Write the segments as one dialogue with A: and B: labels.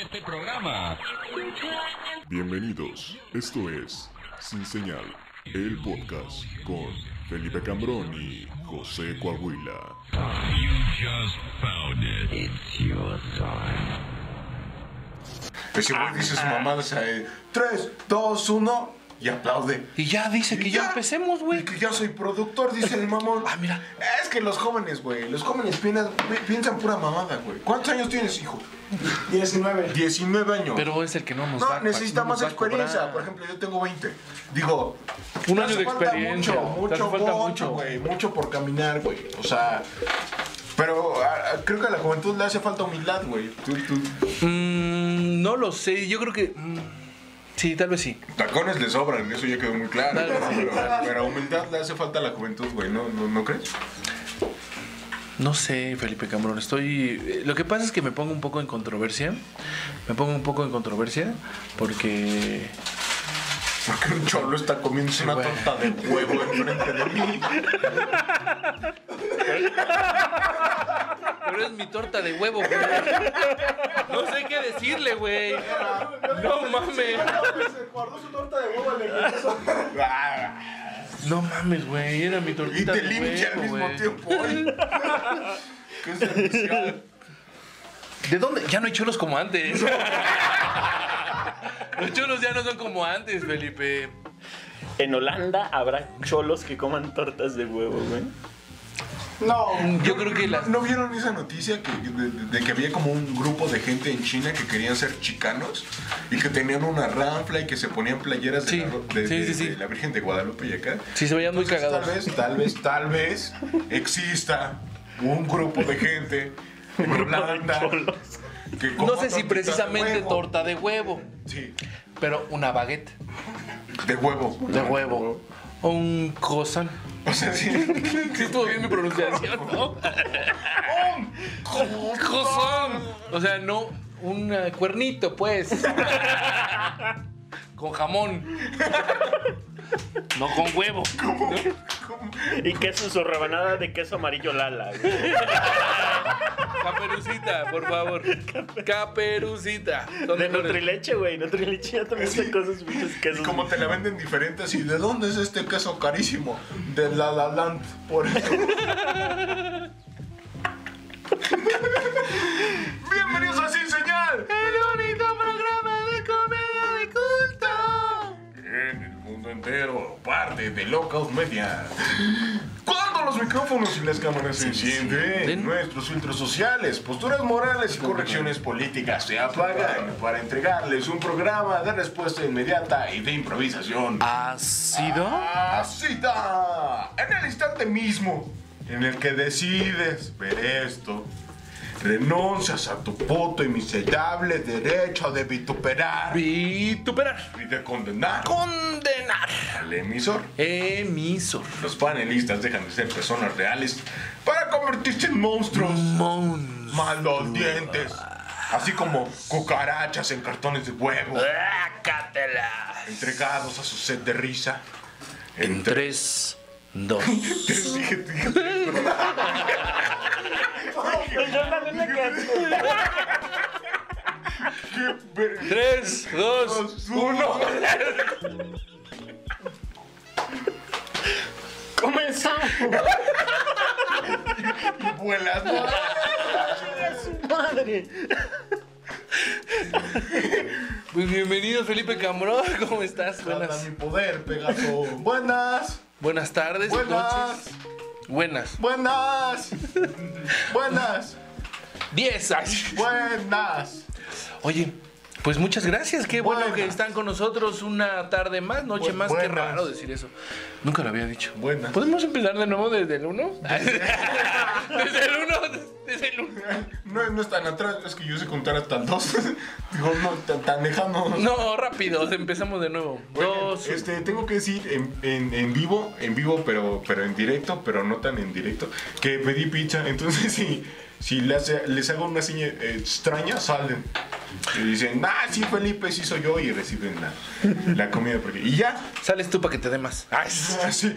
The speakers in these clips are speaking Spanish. A: este programa.
B: Bienvenidos, esto es Sin Señal, el podcast con Felipe Cambrón y José Coahuila.
A: You just found it. It's your time.
C: Ese güey dice su mamada, o sea, 3, 2, 1 y aplaude.
D: Y ya dice que ya, empecemos,
C: Y
D: güey.
C: que ya soy productor, dice el mamón.
D: Ah, mira.
C: Es que los jóvenes, güey, los jóvenes piensan, piensan pura mamada, güey. ¿Cuántos años tienes, hijo?
E: 19.
C: 19 años.
D: Pero es el que no nos va
C: no,
D: a-
C: necesita
D: no
C: más
D: nos va a
C: experiencia.
D: cobrar.
C: Por ejemplo, yo tengo 20. Digo,
D: Un
C: te
D: año
C: hace
D: de
C: falta
D: experiencia,
C: Mucho,
D: te hace
C: mucho,
D: falta
C: mucho,
D: mucho.
C: güey. Mucho por caminar, güey. O sea, pero a- a- creo que a la juventud le hace falta humildad, güey. Tú, tú.
D: Mm, no lo sé, yo creo que... mm, sí, tal vez sí.
C: Tacones le sobran, eso ya quedó muy claro.
D: Claro, sí.
C: Pero, pero humildad le hace falta a la juventud, güey, ¿no, no, no crees?
D: No sé, Felipe Cambrón, estoy... eh, Lo que pasa es que me pongo un poco en controversia. Me pongo un poco en controversia porque...
C: Porque un cholo está comiendo una
D: güey.
C: torta de huevo enfrente de mí.
D: Pero es mi torta de huevo, güey. No sé qué decirle, güey. No mames.
C: pues,
E: Se guardó su torta de huevo en el regreso.
D: No mames, güey. Era mi
C: Y
D: tortita
C: te
D: de
C: limpia al
D: huevo,
C: mismo
D: güey.
C: tiempo, güey. Qué servicial.
D: ¿De dónde? Ya no hay cholos como antes. Los cholos ya no son como antes, Felipe.
F: En Holanda habrá cholos que coman tortas de huevo, güey.
E: No.
D: Yo creo que las.
C: ¿No vieron esa noticia que, de, de- de que había como un grupo de gente en China que querían ser chicanos y que tenían una ranfla y que se ponían playeras de,
D: Sí,
C: la, ro- de-
D: sí,
C: de-
D: sí, sí.
C: de la Virgen de Guadalupe y acá?
D: Sí, se veían muy
C: Entonces,
D: cagados.
C: Tal vez, tal vez, tal vez exista un grupo de gente en Holanda
F: cholos.
C: que coma
D: No sé si
C: tortitas
D: precisamente
C: de huevo.
D: torta de huevo,
C: Sí,
D: pero una baguette
C: de huevo.
D: de huevo. O un croissant.
C: O sea, sí.
D: Sí, estuvo bien mi pronunciación, ¿no? Croissant. O sea, no, un eh, cuernito, pues. Con jamón. No con huevo.
F: Y queso, su rebanada de queso amarillo lala, güey.
D: Caperucita, por favor. Caperucita. Son
F: De
D: mejores.
F: Nutrileche, güey. Nutrileche ya también son cosas, muchos
C: Y
F: quesos.
C: como te la venden diferente, así, ¿de dónde es este queso carísimo? De La La Land, por eso. Bienvenidos a Sin Señal, el único programa de comedia de culto en el mundo entero, parte de Lockout Media. Cuando los micrófonos y las cámaras se encienden, nuestros filtros sociales, posturas morales y correcciones políticas se apagan para entregarles un programa de respuesta inmediata y de improvisación.
D: ¿Ácido?
C: Así da. En el instante mismo en el que decides ver esto, renuncias a tu puto y miserable derecho de vituperar
D: Vituperar.
C: y de condenar
D: Condenar.
C: al emisor.
D: Emisor.
C: Los panelistas dejan de ser personas reales para convertirse en monstruos
D: Mon.
C: malos dientes, así como cucarachas en cartones de huevo,
D: Rácatela.
C: entregados a su sed de risa.
D: En tres, dos.
C: Tres, dije, dije,
F: Yo también me quedé.
C: qué ver-
D: Tres, dos.
C: Uno.
F: Comenzamos.
C: Vuelas, ¿no?
F: Madre.
D: Pues bienvenido, Felipe Cambrón. ¿Cómo estás?
C: Trata
D: Buenas,
C: mi poder, Pegaso. Buenas,
D: buenas tardes,
C: buenas,
D: noches. Buenas.
C: buenas, buenas,
D: Diez. Ay.
C: buenas.
D: Oye, pues muchas gracias. Qué bueno que
C: Buenas.
D: están con nosotros una tarde más, noche
C: Bu-
D: más. Qué
C: buenas.
D: raro decir eso. Nunca lo había dicho.
C: Buenas.
D: ¿Podemos empezar de nuevo desde el 1? desde el 1, desde el 1.
C: No, no es tan atrás, es que yo sé contar hasta el dos. Digo, no, tan, tan lejano.
D: No, rápido, empezamos de nuevo.
C: Oigan,
D: Dos.
C: Este, tengo que decir en, en- en vivo, en vivo, pero, pero en directo, pero no tan en directo, que pedí pizza. Entonces, si, si le hace- les hago una seña eh, extraña, salen. Y dicen, ah, sí, Felipe, sí soy yo, y reciben la, la comida. Porque, y ya,
D: Sales tú para que te dé más.
C: Ay, sí.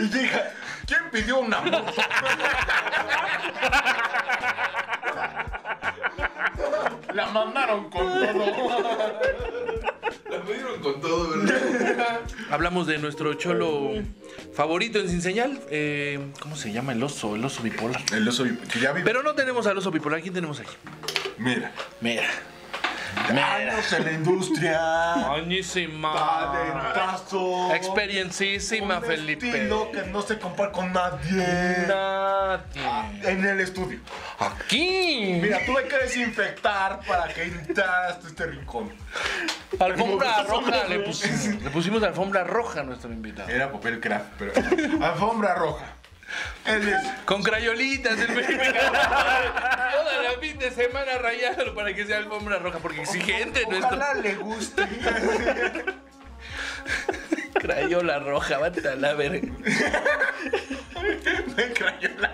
C: Y llega, ¿quién pidió una moto? La mandaron con todo.
G: La pidieron con todo, ¿verdad?
D: Hablamos de nuestro cholo favorito en Sin Señal. eh, ¿Cómo se llama el oso? El oso bipolar.
C: El oso bip- que ya vive.
D: Pero no tenemos al oso bipolar. ¿Quién tenemos aquí?
C: Mira.
D: Mira.
C: Años en la industria.
D: Buenísima.
C: Talentazo.
D: Experiencísima,
C: Un
D: Felipe.
C: estilo que no se compara con nadie.
D: Nadie.
C: En el estudio.
D: Aquí.
C: Mira, tuve que desinfectar para que entraras a este rincón.
D: Alfombra roja le pusimos. Le pusimos alfombra roja a nuestro invitado.
C: Era papel craft, pero. Alfombra roja. Él es.
D: Con crayolitas el Felipe Cabrón. Toda la fin de semana rayado para que sea alfombra roja. Porque exigente nuestro.
C: Ojalá le guste.
D: Crayola roja, vete a la verga.
C: Me crayó la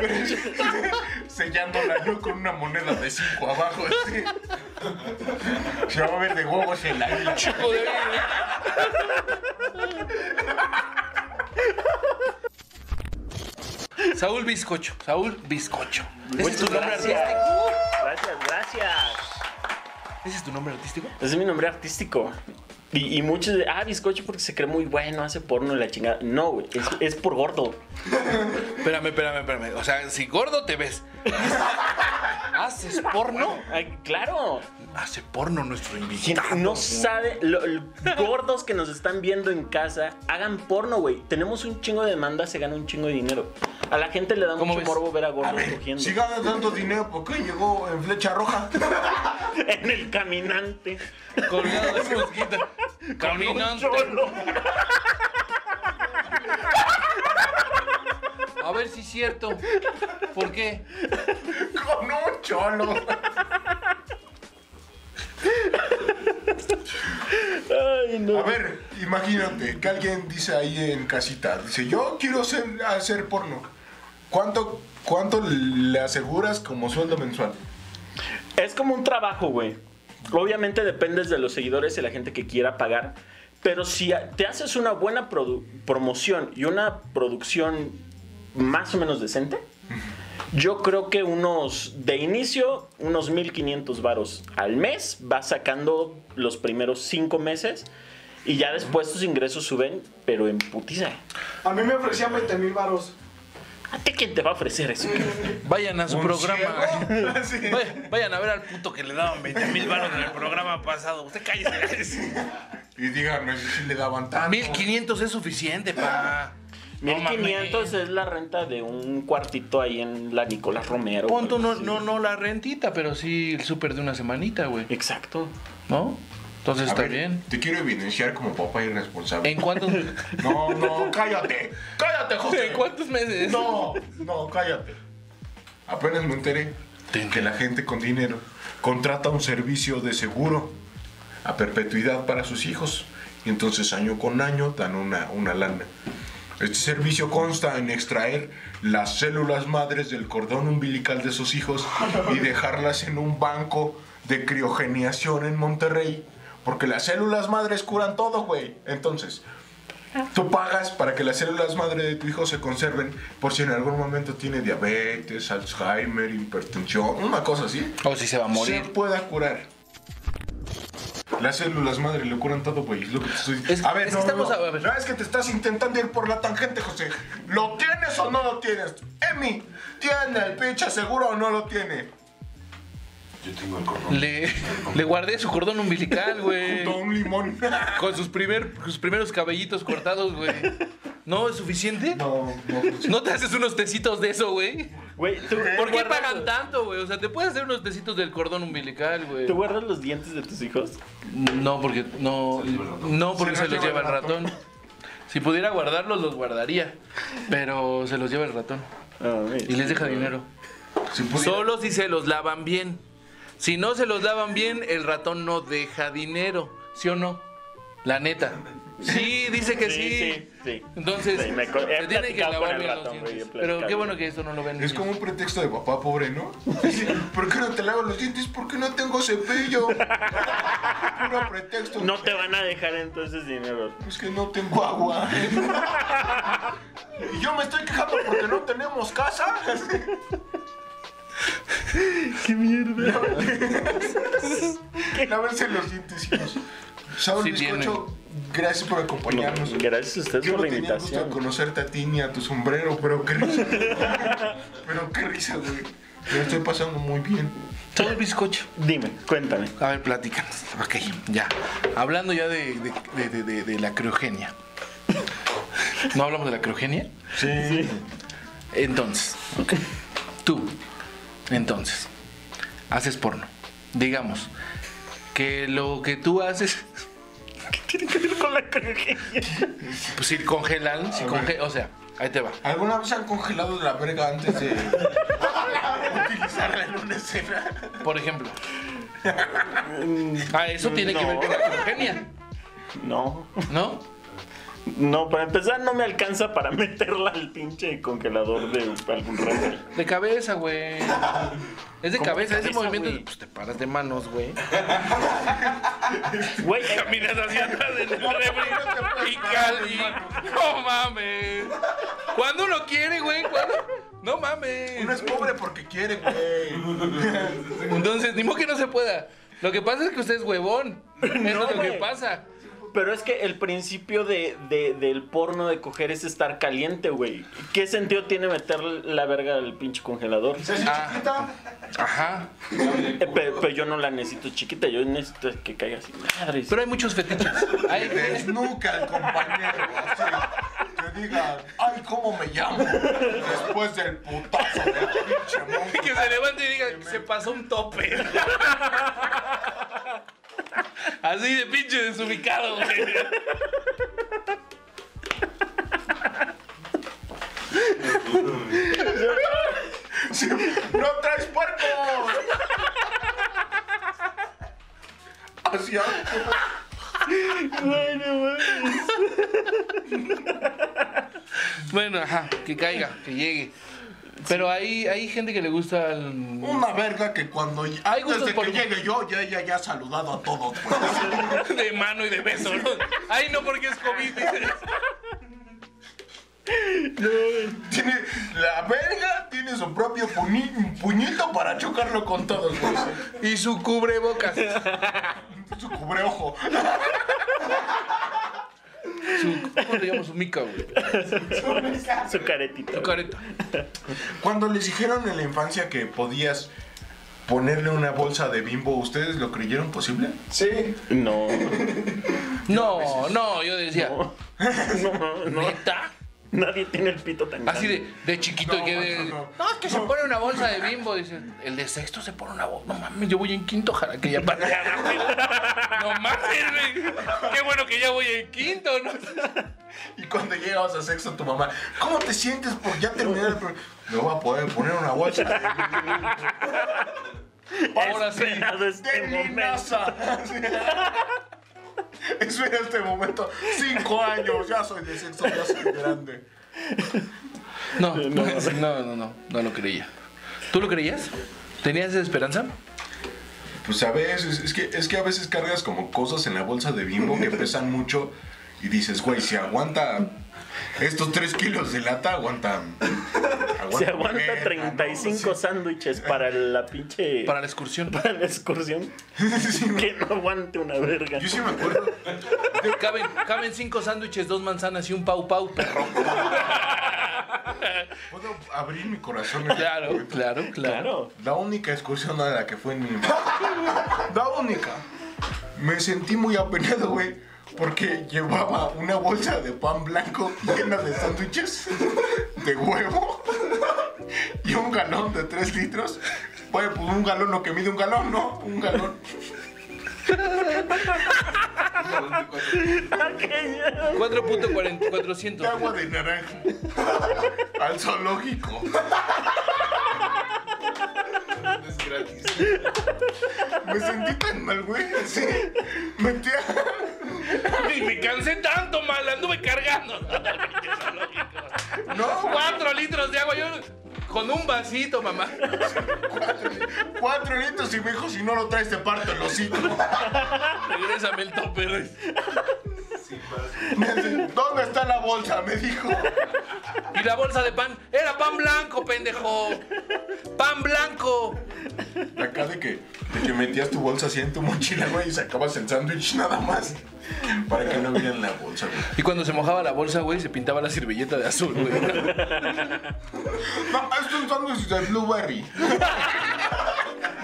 C: Sellando la yo con una moneda de 5 abajo. así. Se va a ver de huevos en la isla.
D: Joder, güey. Saúl Bizcocho, Saúl Bizcocho. ¿Ese es tu nombre artístico?
F: Gracias, gracias.
D: ¿Ese es tu nombre artístico?
F: Ese es mi nombre artístico. Y, y muchos de, ah, bizcocho porque se cree muy bueno, hace porno y la chingada. No, güey, es, es por gordo.
D: Espérame, espérame, espérame. O sea, si gordo te ves. ¿Haces porno?
F: Ay, claro.
D: Hace porno nuestro
F: Quien
D: invitado.
F: no sabe, lo- lo- gordos que nos están viendo en casa, hagan porno, güey. Tenemos un chingo de demanda, se gana un chingo de dinero. A la gente le da
D: ¿Cómo
F: mucho
D: ves?
F: morbo ver a gordos cogiendo.
C: Si gana tanto dinero, ¿por qué llegó en flecha roja?
F: En el caminante.
D: Colgado de mosquita. Caminante. A ver si es cierto. ¿Por qué?
C: Con un cholo.
F: Ay, no.
C: A ver, imagínate que alguien dice ahí en casita, dice, yo quiero ser- hacer porno. ¿Cuánto, ¿Cuánto le aseguras como sueldo mensual?
F: Es como un trabajo, güey. Obviamente dependes de los seguidores y la gente que quiera pagar. Pero si a- te haces una buena produ- promoción y una producción más o menos decente, yo creo que unos, de inicio, unos 1500 varos al mes vas sacando los primeros cinco meses y ya después tus ingresos suben, pero en putiza.
E: A mí me ofrecían 20 mil varos.
F: ¿A ti quién te va a ofrecer eso?
D: Vayan a su programa.
C: Sí.
D: Vayan, vayan a ver al puto que le daban 20 mil baros en el programa pasado. Usted cállese.
C: Y díganme si le daban tanto.
D: 1500 es suficiente para.
F: 1500 es la renta de un cuartito ahí en la Nicolás Romero.
D: Punto,
F: güey.
D: no, no, no la rentita, pero sí el súper de una semanita, güey.
F: Exacto.
D: ¿No? Entonces
C: A
D: está
C: ver,
D: bien.
C: Te quiero evidenciar como papá irresponsable.
D: ¿En cuántos,
C: No, no, cállate. Cállate, José.
D: ¿En cuántos meses?
C: No, no, cállate. Apenas me enteré
D: Ten.
C: que la gente con dinero contrata un servicio de seguro a perpetuidad para sus hijos. Y entonces año con año dan una, una lana. Este servicio consta en extraer las células madres del cordón umbilical de sus hijos y dejarlas en un banco de criogeniación en Monterrey. Porque las células madres curan todo, güey. Entonces, Tú pagas para que las células madre de tu hijo se conserven por si en algún momento tiene diabetes, Alzheimer, hipertensión, una cosa así.
D: O si se va a
C: Se
D: morir.
C: pueda curar. Las células madre le curan todo, güey. es lo que te estoy-
D: Es-
C: a ver,
D: es
C: no,
D: que
C: no,
D: estamos
C: no.
D: a- a ver.
C: No, es que te estás intentando ir por la tangente, José. ¿Lo tienes o no lo tienes? Emi, ¿tiene el pinche seguro o no lo tiene?
G: Yo tengo el cordón.
D: Le, le guardé su cordón umbilical, güey.
C: Junto a un limón.
D: Con sus, primer, sus primeros cabellitos cortados, güey. ¿No es suficiente?
C: no, no.
D: ¿No te haces unos tecitos de eso, güey?
F: Güey, tú,
D: ¿Por qué
F: guardas-
D: pagan tanto, güey? O sea, te puedes hacer unos tecitos del cordón umbilical, güey.
F: ¿Tú guardas los dientes de tus hijos?
D: No, porque no, no porque se, los lleva el ratón. Si pudiera guardarlos, los guardaría. Pero se los lleva el ratón.
F: Ah,
D: Y les deja dinero.
C: Si pudiera-
D: Solo si se los lavan bien. Si no se los lavan bien, el ratón no deja dinero. ¿Sí o no? La neta. Sí, dice que sí.
F: Sí, sí, sí.
D: Entonces,
F: Sí, me co- he
D: se tienen que
F: platicado con
D: lavar
F: el
D: bien los
F: ratón, güey, he
D: dientes.
F: platicado.
D: Pero qué bueno que esto no lo ven.
C: Es
D: niños.
C: como un pretexto de papá pobre, ¿no? ¿Por qué no te lavo los dientes? ¿Por qué no tengo cepillo? Puro pretexto.
F: No te van a dejar entonces dinero.
C: Es que no tengo agua. Y yo me estoy quejando porque no tenemos casa.
F: ¡Qué mierda!
C: Lávense los dientes, hijos. Saúl
D: Sí
C: Bizcocho, gracias por acompañarnos.
F: Gracias a ustedes
C: Yo
F: por
C: no
F: la
C: tenía el gusto de
F: invitación.
C: conocerte a ti ni a tu sombrero, pero qué risa. pero qué risa, güey. Me lo estoy pasando muy bien.
D: Todo el bizcocho.
F: Dime, cuéntame.
D: A ver, platícanos. Ok, ya. Hablando ya de, de, de- de- de- de la criogenia. ¿No hablamos de la criogenia?
F: Sí.
D: Entonces, tú, entonces, haces porno. Digamos, que lo que tú haces,
F: Tiene que ver con la criogenia.
D: pues si congelan, si conge- o sea, ahí te va.
C: ¿Alguna vez han congelado la verga antes de utilizarla en una escena?
D: Por ejemplo. Ah, eso tiene que ver con la criogenia,
F: No.
D: ¿no?
F: No, para empezar no me alcanza para meterla al pinche congelador de algún refri.
D: De cabeza, güey. Es de
F: ¿Cómo de
D: cabeza, ese
F: cabeza,
D: movimiento.
F: güey?
D: Pues te paras de manos, güey.
F: Güey,
D: Caminas hacia atrás en el refri y cali. No mames. Cuando uno quiere, güey. Cuando... No mames.
C: Uno es pobre porque quiere, güey.
D: Entonces, ni modo que no se pueda. Lo que pasa es que usted es huevón. Eso es lo
F: güey.
D: que pasa.
F: pero es que el principio de, de- del porno de coger es estar caliente, güey. ¿Qué sentido tiene meter la verga al pinche congelador?
E: Se hace
D: Ah.
E: chiquita.
D: Ajá.
F: Eh, pe- pero, yo no la necesito chiquita, yo necesito que caiga así. Madre.
D: Pero hay muchos fetiches. Hay,
C: Desnuca al compañero. Así, que diga, ay, ¿cómo me llamo? Después del putazo del pinche monstruo.
D: que se levante y diga que se pasó un tope. Así de pinche desubicado, güey.
C: ¡No traes puerco! Así ah, algo.
D: Bueno, ajá, que caiga, que llegue. Pero hay, hay gente que le gusta el...
C: Una verga que cuando
D: Hay gustos
C: antes de que
D: por-
C: llegue yo, ya ella ya ha saludado a todos. pues.
D: de mano y de beso, ¿no? Ay, no, porque es COVID. dices.
C: Tiene, la verga tiene su propio puñi- puñito para chocarlo con todos. pues.
D: Y su cubrebocas.
C: Su cubreojo.
D: Su, ¿Cómo le llamamos? Su mica, güey.
F: Su caretita.
D: Su
F: güey.
D: careta.
C: Cuando les dijeron en la infancia que podías ponerle una bolsa de bimbo, ¿ustedes lo creyeron posible?
E: Sí.
F: No,
D: No, no, yo decía,
F: no, no.
D: ¿neta?
F: Nadie tiene el pito tan grande.
D: Así de, de chiquito
C: No,
D: que de-
C: no,
D: no,
C: no.
D: es que se pone una bolsa de bimbo, dice, el de sexto se pone una bolsa. No mames, yo voy en quinto, ojalá que ya pase. No mames, güey. Qué bueno que ya voy en quinto, ¿no?
C: Y cuando llegabas a sexo, tu mamá, ¿cómo te sientes por ya terminar el pro- Me voy a poder poner una bolsa de
D: Ahora sí.
F: Esperado este
C: de
F: momento.
C: linaza. Eso era este momento. Cinco años, ya soy de sexo, ya soy grande.
D: No, no, no, no, no, no lo creía. ¿Tú lo creías? ¿Tenías esperanza?
C: Pues a veces, es que, es que a veces cargas como cosas en la bolsa de bimbo que pesan mucho y dices, güey, si aguanta estos tres kilos de lata, aguanta. aguanta
F: Se aguanta
C: verga,
F: 35
C: ¿no? Sí.
F: sándwiches para la pinche.
D: Para la excursión.
F: para la excursión. que no aguante una verga.
C: Yo sí me acuerdo.
D: Caben, caben cinco sándwiches, dos manzanas y un pau pau, perro.
C: Puedo abrir mi corazón. en- este
D: Claro, claro, claro.
F: Claro.
C: La única excursión a la que fue en mi La única. Me sentí muy apenado, güey. Porque llevaba una bolsa de pan blanco llena de sándwiches, de huevo y un galón de 3 litros. Güey, pues un galón, lo que mide un galón, ¿no? Un galón.
F: Aquella.
D: 4.400.
C: De agua de naranja. Al zoológico.
G: Es gratis.
C: Me sentí tan mal, güey. Sí. Metí a-
D: Y me cansé tanto, mal, anduve cargando.
C: No, güey.
D: Cuatro litros de agua, yo con un vasito, mamá.
C: Cuatro litros y me dijo, si no lo traes te parto el hocico.
D: Regrésame el topper.
C: ¿Dónde está la bolsa? Me dijo.
H: Y la bolsa de pan era pan blanco, pendejo. Pan blanco.
C: Acá de que, de que metías tu bolsa así en tu mochila, güey, y sacabas el sándwich nada más. Para que no vieran la bolsa, güey.
D: Y cuando se mojaba la bolsa, güey, se pintaba la servilleta de azul, güey.
C: No, esto es un sándwich de blueberry.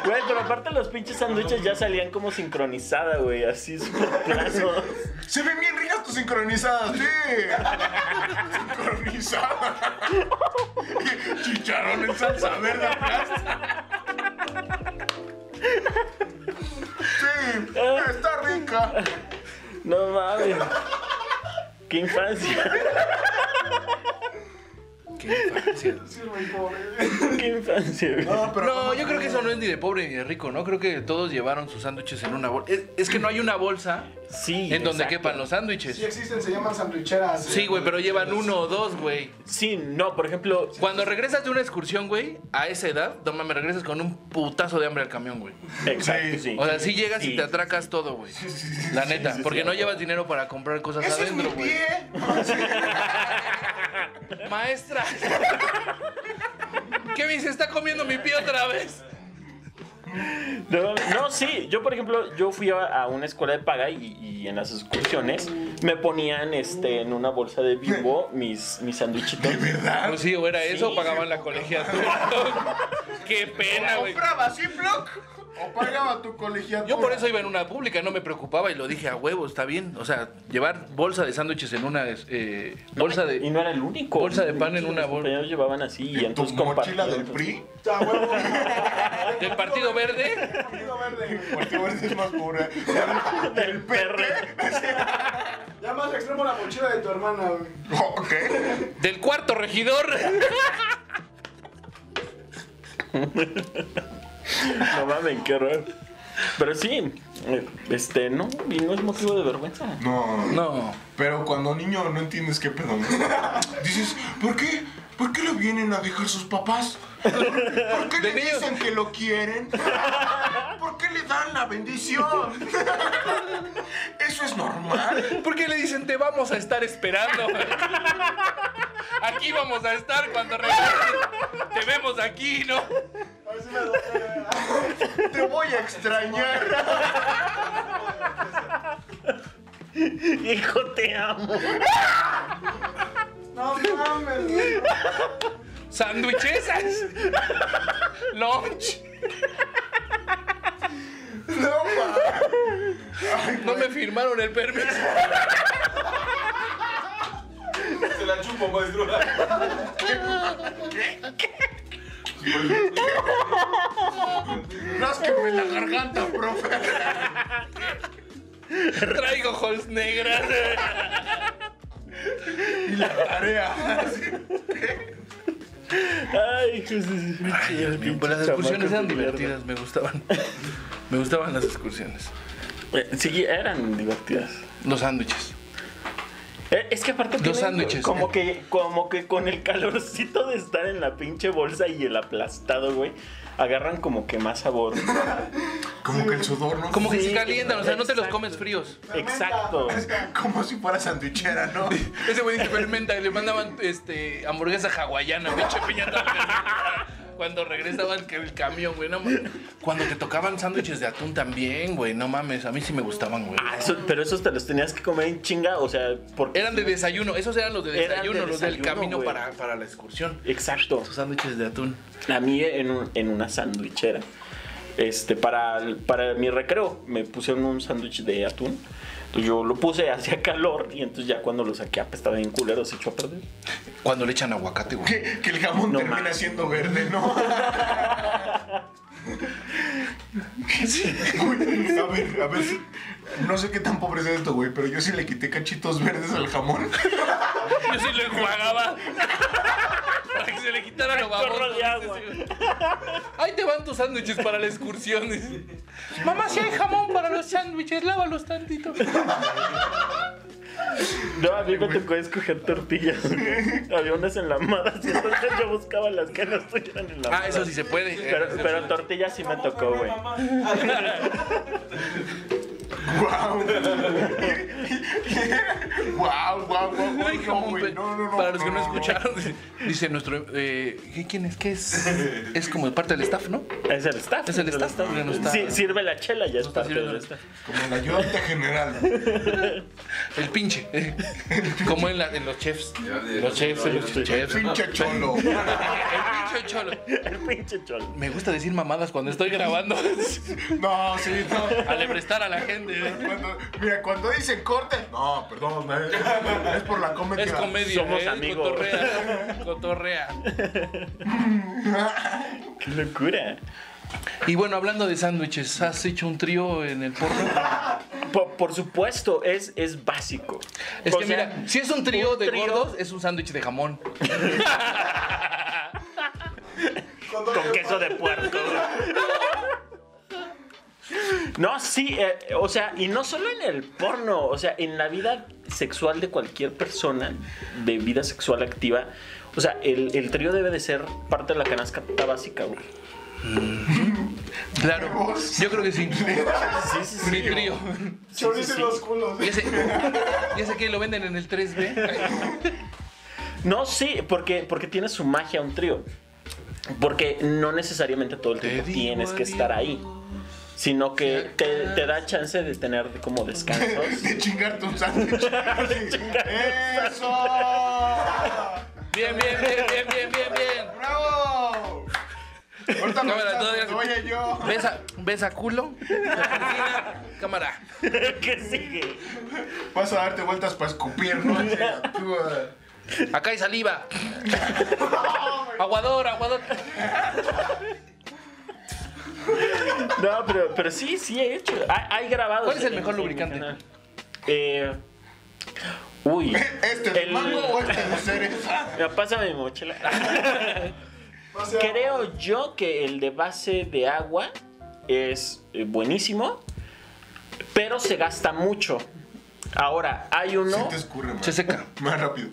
F: Güey, pero aparte los pinches sándwiches ya salían como sincronizada, güey, así súper planos.
C: Se ven bien ricas tus sincronizadas, sí. Sincronizadas. Chicharrón en salsa verde aplasta. Sí, está rica.
F: No mames. Qué infancia,
E: Sí, güey, pobre.
F: qué infancia, güey.
C: No, pero
D: No, yo creo que eso no es ni de pobre ni de rico, ¿no? Creo que todos llevaron sus sándwiches en una bolsa. Es, es que no hay una bolsa
F: Sí.
D: en donde
F: exacto.
D: quepan los
E: Sí
D: sándwiches.
E: existen, se llaman sandwicheras.
D: Sí, güey, pero llevan uno o dos, güey.
F: Sí, no, por ejemplo,
D: Cuando regresas de una excursión, güey, a esa edad, no mames, regresas con un putazo de hambre al camión, güey.
F: exacto, sí.
D: O sea, sí llegas
F: Sí.
D: y te atracas todo, güey. La neta, porque no llevas dinero para comprar cosas
C: ¡Ese es mi
D: adentro, güey.
C: pie!
D: Maestra. Kevin se está comiendo mi pie otra vez.
F: No, no, sí, yo por ejemplo, yo fui a, a una escuela de paga y, y en las excursiones me ponían este en una bolsa de bimbo mis mis sándwichitos.
C: ¿Verdad?
D: Pues sí, o era eso
F: Sí.
D: o pagaban la colegiatura. Qué
C: Ah,
D: pena, güey.
C: ¿Compraba Ziploc o pagaba tu colegiatura?
D: Yo por eso iba en una pública, no me preocupaba y lo dije a huevo, está bien. O sea, llevar bolsa de sándwiches en una eh, bolsa
F: Y
D: de.
F: no era el único.
D: Bolsa de pan en
F: Mis
D: una bol-
F: compañeros llevaban así y
C: ¿En tu
F: entonces
C: mochila
F: compartían.
C: del PRI?
E: A huevo.
D: Del Partido Verde.
E: Partido verde.
C: Porque ahora es más pobre.
F: Del perro.
E: Ya más extremo la mochila de tu hermana, güey.
C: Ok.
D: Del cuarto regidor.
F: No mames, qué horror. Pero sí, eh, este, no, y no es motivo de vergüenza.
C: No.
D: No.
C: Pero cuando niño no entiendes qué pedo. ¿no? Dices, ¿por qué? ¿Por qué lo vienen a dejar sus papás? ¿Por qué le
D: De niño.
C: dicen que lo quieren? ¿Por qué le dan la bendición? Eso es normal.
D: ¿Por qué le dicen te vamos a estar esperando? Aquí vamos a estar cuando regreses. Te vemos aquí, ¿no?
E: A ver si me duele.
C: Te voy a extrañar.
F: Hijo, te amo.
E: No mames, güey.
D: Sandwichesas. Lunch.
C: No mames.
D: No me firmaron el permiso.
G: Se la chupo, maestro.
C: Rásqueme la garganta, profe.
D: Traigo holes negras.
C: Y la tarea.
F: Ay, qué Ay,
C: pues
D: Las excursiones eran divertidas, me gustaban. Me gustaban las excursiones.
F: Eh, Sí, eran divertidas.
D: Los sándwiches.
F: Eh, Es que aparte tienen
D: sándwiches.
F: Como que, como que con el calorcito de estar en la pinche bolsa y el aplastado, güey, agarran como que más sabor.
C: Como que el sudor, ¿no?
D: Como que
F: Sí,
D: se calientan, o sea, no te los
F: exacto.
D: comes fríos.
F: Exacto.
C: Como si fuera sanduichera, ¿no?
D: Ese güey se fermenta y le mandaban este, hamburguesa hawaiana, pinche piñata. Cuando regresaba el, el camión, güey, no mames. Cuando te tocaban sándwiches de atún también, güey, no mames. A mí sí me gustaban, güey.
F: Ah, eso- pero esos te los tenías que comer en chinga, o sea, porque.
D: Eran de desayuno, esos eran los de
F: Eran de
D: desayuno, los del
F: desayuno,
D: camino
F: güey.
D: para, para la excursión.
F: Exacto.
D: Los sándwiches de atún.
F: A mí en, un- en una sandwichera. Este, para, el- para mi recreo me pusieron un sándwich de atún. Entonces yo lo puse, hacía calor y entonces ya cuando lo saqué apestaba bien culero, se echó a perder.
D: Cuando le echan aguacate, güey.
C: Que, que el jamón
F: No
C: termina
F: mames.
C: siendo verde, ¿no? Güey, a ver, a ver. si- No sé qué tan pobre es esto, güey, pero yo sí le quité cachitos verdes al jamón.
D: Yo sí lo enjuagaba. para que se le quitara lo
F: Chorro
D: baboso.
F: de agua.
D: Ahí te van tus sándwiches para la excursión. dice. Mamá, si hay jamón para los sándwiches, lávalos tantito.
F: No, a mí me tocó escoger tortillas. güey. Había unas enlamadas y entonces yo buscaba las que no estuvieran enlamadas.
D: Ah, eso sí se puede.
F: Pero, pero tortillas sí me tocó, güey.
C: Guau. Guau, guau, guau.
D: Güey,
C: No,
D: como un
C: güey,
D: pe-
C: no, no, no,
D: para los que no,
C: escucharon
D: escucharon, dice nuestro. eh, ¿qué- ¿Quién es? ¿Qué es? Es como parte del staff, ¿no?
F: Es el staff.
D: Es el staff, porque no está-
F: Sí, sirve la chela, ya es
D: está
F: parte
D: sirviendo
F: del
D: el
F: staff.
C: Como el ayudante general.
D: El pinche. Como en, la- en los chefs. Los chefs, los chefs. El
C: Pinche cholo.
D: pinche cholo.
F: El pinche cholo.
D: Me gusta decir mamadas cuando estoy grabando.
C: No, sí, no.
D: Alebrestar a la gente. güey.
C: Cuando- mira, cuando dicen corte, no, perdón, es, es por la comedia.
D: Es comedia.
F: Somos
D: eh,
F: amigos.
D: Cotorrea. Cotorrea.
F: Qué locura.
D: Y bueno, hablando de sándwiches, ¿has hecho un trío en el porno?
F: Por, por supuesto, es, es básico.
D: Es
F: O
D: que
F: sea,
D: mira, si es un trío
F: un
D: de
F: trío-
D: gordos, es un sándwich de jamón.
F: Con queso de puerco. No, sí, eh, o sea, y no solo en el porno, o sea, en la vida sexual de cualquier persona, de vida sexual activa, o sea, el, el trío debe de ser parte de la canasta básica, güey.
D: Claro. Yo creo que sí. Mi trío.
E: Chorizo en los culos.
D: Y ese, y ese que lo venden en el 3B.
F: No, sí, porque, porque tiene su magia un trío. Porque no necesariamente todo el
D: Te
F: tiempo
D: digo
F: tienes que
D: adiós.
F: estar ahí. Sino que te, te da chance de tener como descansos.
C: De chingarte un sándwich. ¡Eso!
D: Bien, bien, bien, bien, bien, bien, bien.
C: ¡Bravo! Ahorita me
D: Cámara, todavía
C: estás,
D: se-
C: oye yo.
D: Besa, besa culo. Cortina, Cámara.
F: ¿Qué sigue?
C: Vas a darte vueltas para escupir, ¿no? Así, tú, eh,
D: Acá hay saliva. Aguador, aguador.
F: No, pero, pero sí, sí he hecho. Hay, hay grabados.
D: ¿Cuál es el
F: en-
D: mejor
F: en
D: lubricante?
F: mi canal. Eh, uy.
C: ¿Este de
F: El- Ah,
C: mango o este de cereza?
F: Mira, Pásame mi mochila.
E: O sea,
F: Creo yo que el de base de agua es eh, buenísimo, pero se gasta mucho. Ahora, hay uno.
C: Sí te escurre, man.
D: Se seca.
C: Más rápido.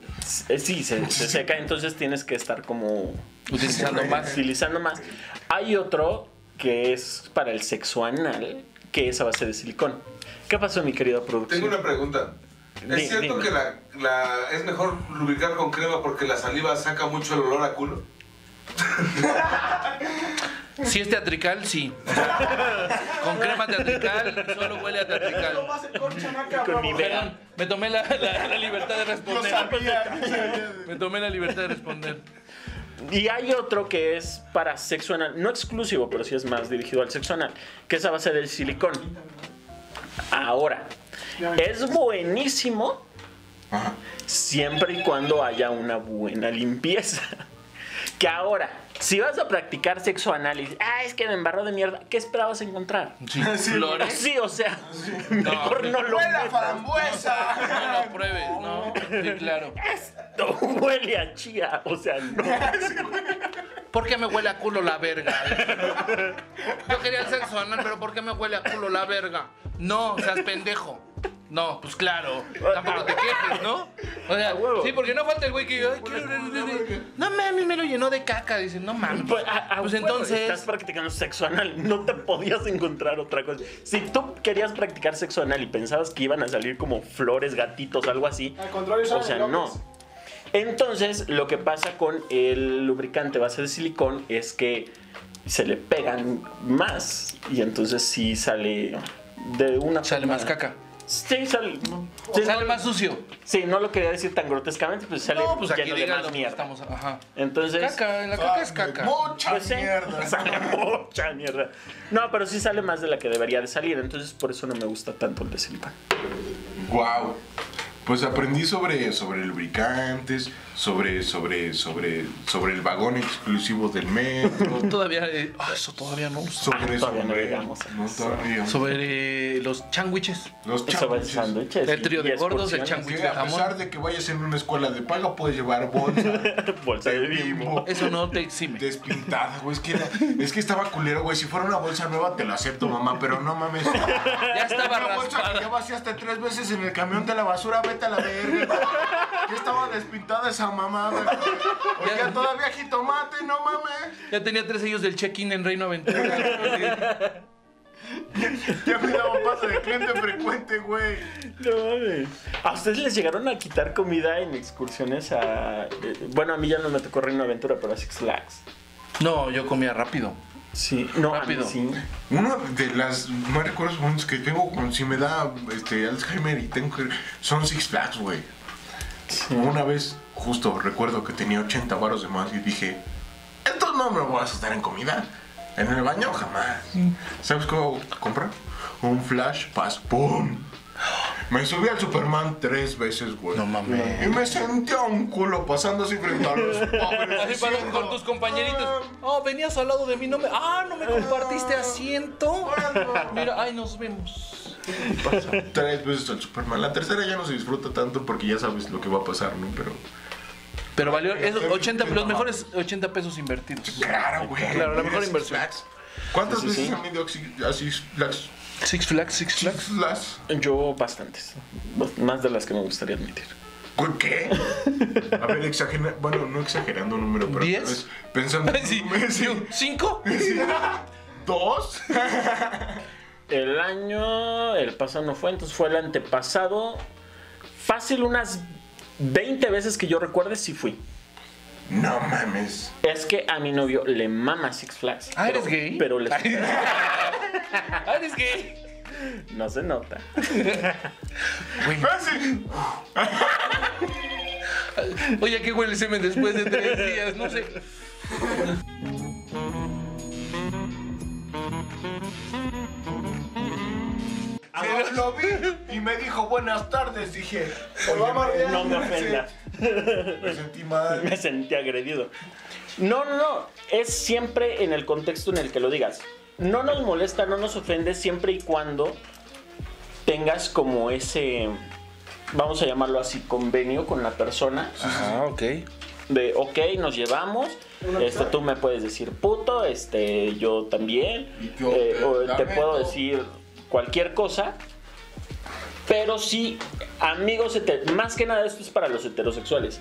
F: eh, sí, se, se seca, entonces tienes que estar como
D: Utilizando más.
F: utilizando más. Hay otro que es para el sexo anal, que es a base de silicón. ¿Qué pasó, mi querido productor?
G: Tengo una pregunta. ¿Es
F: Di-
G: cierto
F: dime.
G: que la, la- es mejor lubricar con crema porque la saliva saca mucho el olor a culo?
D: Si es teatrical, sí. Con crema teatrical, solo huele a
E: lo
D: teatrical.
E: más encorchan acá,
F: Con mi
E: bravo.
F: vea.
D: Perdón, me tomé la, la- la libertad de
C: Yo
D: responder.
C: sabía, yo sabía.
D: Me tomé la libertad de responder.
F: Y hay otro que es para sexo anal, no exclusivo, pero sí es más dirigido al sexo anal, que es a base del silicón. Ahora, es buenísimo siempre y cuando haya una buena limpieza. Que ahora, si vas a practicar sexo anal y dices, ah, es que me embarró de mierda, ¿qué esperabas encontrar?
D: Sí.
C: Sí.
D: Flores.
F: Sí, o sea, mejor no, lo
C: ¡Huele a
F: metas.
C: farambuesa!
D: No lo pruebes, ¿no? Sí, claro.
F: Esto huele a chía, o sea, no.
D: ¿Por qué me huele a culo la verga? Yo quería el sexo anal, pero ¿por qué me huele a culo la verga? No, seas pendejo. No, pues claro. Tampoco te quejes, ¿no? O sea,
F: huevo.
D: sí, porque no falta el güey que. "Ay, quiero- No mames, me lo llenó de caca. Dice, no mames.
F: Pues, a- a-
D: Pues
F: bueno,
D: entonces-
F: Estás practicando sexo anal, no te podías encontrar otra cosa. Si tú querías practicar sexo anal y pensabas que iban a salir como flores, gatitos, algo así.
E: Al contrario,
F: O
E: salen
F: sea,
E: locos.
F: no. Entonces, lo que pasa con el lubricante base de silicón es que se le pegan más y entonces sí sale de una.
D: Sale
F: forma-
D: más caca.
F: Sí, sale. sí,
D: Sale
F: no-
D: más sucio.
F: Sí, no lo quería decir tan grotescamente, pues sale
D: No, pues aquí
F: lleno de
D: díganlo.
F: más
D: pues,
F: mierda.
D: Estamos, ajá.
F: Entonces.
D: Caca, en la caca es caca.
C: Mucha
F: Pues sí,
C: mierda.
F: sale mucha mierda. No, pero sí sale más de la que debería de salir, entonces por eso no me gusta tanto el de silicón.
C: Wow. Pues aprendí sobre, sobre lubricantes, sobre, sobre, sobre, sobre el vagón exclusivo del metro,
D: Todavía. eh, ah, eso todavía no uso.
C: sobre,
F: Todavía no
C: sobre,
F: llegamos a
C: no,
F: eso.
C: todavía.
D: Sobre eh, los changuiches.
C: los
F: Sobre el
C: sándwiches.
F: sándwiches.
D: El
F: y-
D: trío
F: y
D: de gordos, el
F: excursiones.
D: changuí
C: Sí,
D: de
C: a pesar
D: jamón.
C: de que vayas en una escuela de paga, puedes llevar bolsa
F: Bolsa de
C: de
F: bimbo.
C: bimbo
D: Eso no te exime.
C: despintada, güey. Es que, era- es que estaba culero, güey. Si fuera una bolsa nueva, te lo acepto, mamá, pero no mames.
D: Ya estaba
C: Una
F: pues,
C: bolsa que
D: raspada.
C: ya vaciaste tres veces en el camión de la basura, vete a la verga. Ya estaba despintada esa mamá, güey. Oiga, todavía jitomate, no mames.
D: Ya tenía tres sellos del check-in en Reino Aventura.
C: Ya me daban paso de cliente frecuente, güey.
F: No mames. ¿A ustedes les llegaron a quitar comida en excursiones a. eh, Bueno, a mí ya no me tocó Reino Aventura, pero a Six Flags.
D: No, yo comía rápido.
F: Sí, no,
D: Rápido.
F: a mí sí.
C: Uno de las más recuerdos bonitos que tengo, como si me da este, Alzheimer y tengo que. Son Six Flags, güey. Una vez, justo recuerdo que tenía 80 varos de más y dije: Esto no me lo voy a gastar en comida. En el baño jamás. ¿Sabes cómo comprar? Un Flash Pass. ¡Pum! Me subí al Superman tres veces, güey.
D: No mames.
C: Y me sentía un culo pasando así frente a los pobres.
H: Así para-
C: diciendo,
H: con tus compañeritos. Oh, venías al lado de mí, no me. Ah, no me compartiste asiento. Mira, ay, nos vemos.
C: tres veces al Superman. La tercera ya no se disfruta tanto porque ya sabes lo que va a pasar, ¿no? Pero.
D: Pero valió esos 80, los mejores 80 pesos invertidos.
C: Claro, güey.
D: Claro,
C: Mira
D: la mejor
C: Six
D: inversión.
C: Flags. ¿Cuántas veces han ido a Six- a Six Flags?
D: Six Flags, Six Flags.
C: Six Flags.
F: Yo bastantes. Bast- Más de las que me gustaría admitir.
C: ¿Por qué? A ver, exagera. Bueno, no exagerando un número, pero.
D: ¿Diez?
C: tal vez Pensando. en
H: Sí,
C: un mes,
H: sí, ¿Cinco?
C: sí. ¿Dos?
F: El año. El pasado no fue, entonces fue el antepasado. Fácil, unas 20 veces que yo recuerde, sí fui.
C: No mames.
F: Es que a mi novio le mama Six Flags.
D: Ah, ¿eres
F: Pero-
D: gay?
F: Pero le
H: Ah, eres gay.
F: no se nota.
C: Ah, Fácil.
H: Oye, ¿a ¿qué huele el semen después de tres días? No sé.
D: Ah,
C: Lo- Lo vi y me dijo buenas tardes. Dije,
E: va a marcar.
F: No me ofenda.
C: me sentí mal.
F: Me sentí agredido. No, no, no. Es siempre en el contexto en el que lo digas. No nos molesta, no nos ofende siempre y cuando tengas como ese, vamos a llamarlo así, convenio con la persona.
D: Ah, ok.
F: De, ok, nos llevamos. Este, tú me puedes decir puto, este, yo también.
C: Y yo
F: eh,
C: te
F: o te,
C: lamento.
F: puedo decir cualquier cosa. Pero sí, amigos, hete- más que nada esto es para los heterosexuales.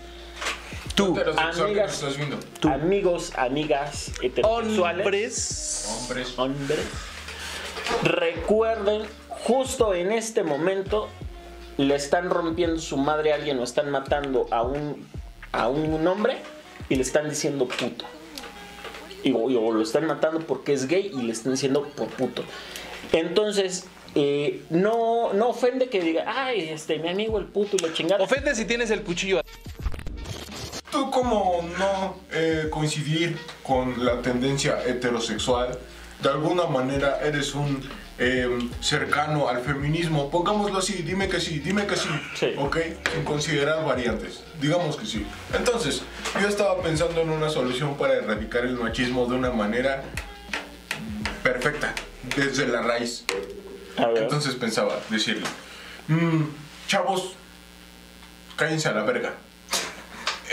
D: Tú,
C: Heterosexual que
F: amigas.
C: pues, me estás viendo.
F: amigos, amigas heterosexuales,
D: hombres.
C: Hombres.
F: hombres, recuerden, justo en este momento le están rompiendo su madre a alguien o están matando a un, a un hombre y le están diciendo puto. Y, o, y- o lo están matando porque es gay y le están diciendo por puto. Entonces, eh, no, no ofende que diga, ay, este, mi amigo el puto y lo chingada.
H: Ofende si tienes el cuchillo.
C: Tú como no eh, coincidir con la tendencia heterosexual, de alguna manera eres un eh, cercano al feminismo. Pongámoslo así, dime que sí, dime que sí.
F: Sí.
C: ¿Ok? Sin considerar variantes. Digamos que sí. Entonces, yo estaba pensando en una solución para erradicar el machismo de una manera perfecta, desde la raíz.
F: A ver,
C: Entonces pensaba decirle, "Mm, chavos, cállense a la verga.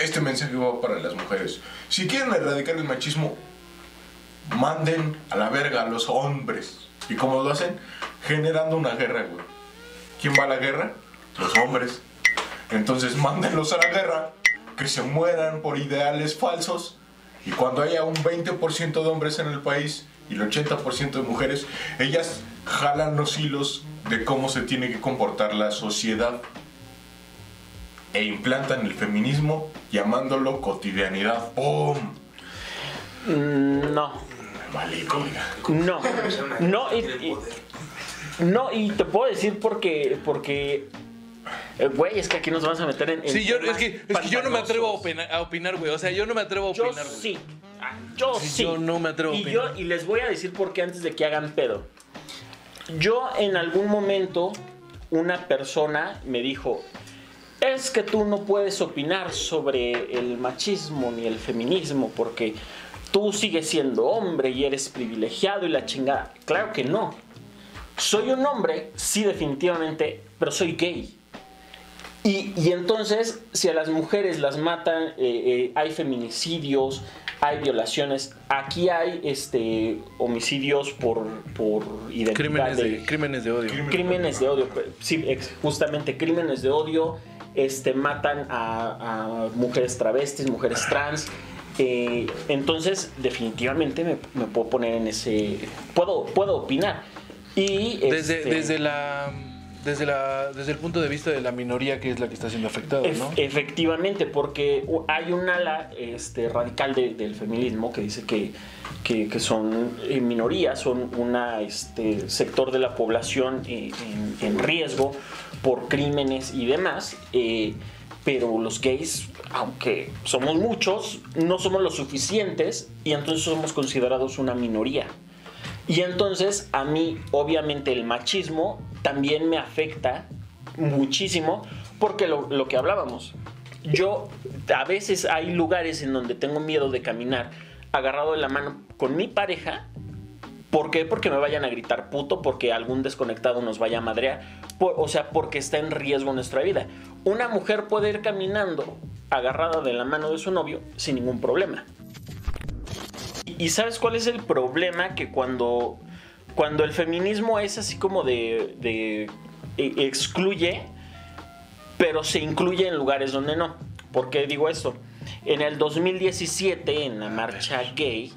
C: Este mensaje va para las mujeres. Si quieren erradicar el machismo, manden a la verga a los hombres. ¿Y cómo lo hacen? Generando una guerra, güey. ¿Quién va a la guerra? Los hombres. Entonces mándenlos a la guerra, que se mueran por ideales falsos. Y cuando haya un 20% de hombres en el país y el 80% de mujeres, ellas jalan los hilos de cómo se tiene que comportar la sociedad e implantan el feminismo llamándolo cotidianidad. ¡Pum!
F: mm, no,
C: Vale, comida.
F: no, no, y- y- No, y te puedo decir porque. Porque. eh, Güey, es que aquí nos vamos a meter en. en
H: Sí, yo, es,
F: temas
H: que, es que yo no me
F: pantanosos.
H: atrevo a opinar, a opinar, güey. O sea, yo no me atrevo a
F: Yo
H: opinar, güey.
F: sí. Ah, Yo sí.
H: yo no me atrevo a
F: y
H: opinar.
F: yo, Y les voy a decir por qué antes de que hagan pedo. Yo en algún momento, una persona me dijo. Es que tú no puedes opinar sobre el machismo ni el feminismo porque tú sigues siendo hombre y eres privilegiado y la chingada. Claro que no. Soy un hombre, sí, definitivamente, pero soy gay. Y, y entonces, si a las mujeres las matan, eh, eh, hay feminicidios, hay violaciones. Aquí hay este, homicidios por, por identidad
D: Crímenes
F: de,
D: de, crímenes de odio.
F: crímenes de odio. pe- Sí, ex- justamente crímenes de odio. Este matan a, a mujeres travestis, mujeres trans. eh, entonces, definitivamente me, me puedo poner en ese. Puedo, puedo opinar. Y
D: Desde,
F: este,
D: desde la. Desde, la, desde el punto de vista de la minoría que es la que está siendo afectada,
F: Ef-
D: ¿no?
F: Efectivamente, porque u- hay un ala este, radical de- del feminismo que dice que, que, que son eh, minorías, son un este, sector de la población eh, en, en riesgo por crímenes y demás. eh, pero los gays, aunque somos muchos, no somos los suficientes y entonces somos considerados una minoría. Y entonces a mí, obviamente, el machismo también me afecta muchísimo porque lo, lo que hablábamos, yo a veces hay lugares en donde tengo miedo de caminar agarrado de la mano con mi pareja. ¿Por qué? Porque me vayan a gritar puto, porque algún desconectado nos vaya a madrear, por- o sea, porque está en riesgo nuestra vida. Una mujer puede ir caminando agarrada de la mano de su novio sin ningún problema. ¿Y sabes cuál es el problema? Que cuando, cuando el feminismo es así como de, de- e- excluye, pero se incluye en lugares donde no. ¿Por qué digo esto? En el 2017, en la marcha gay,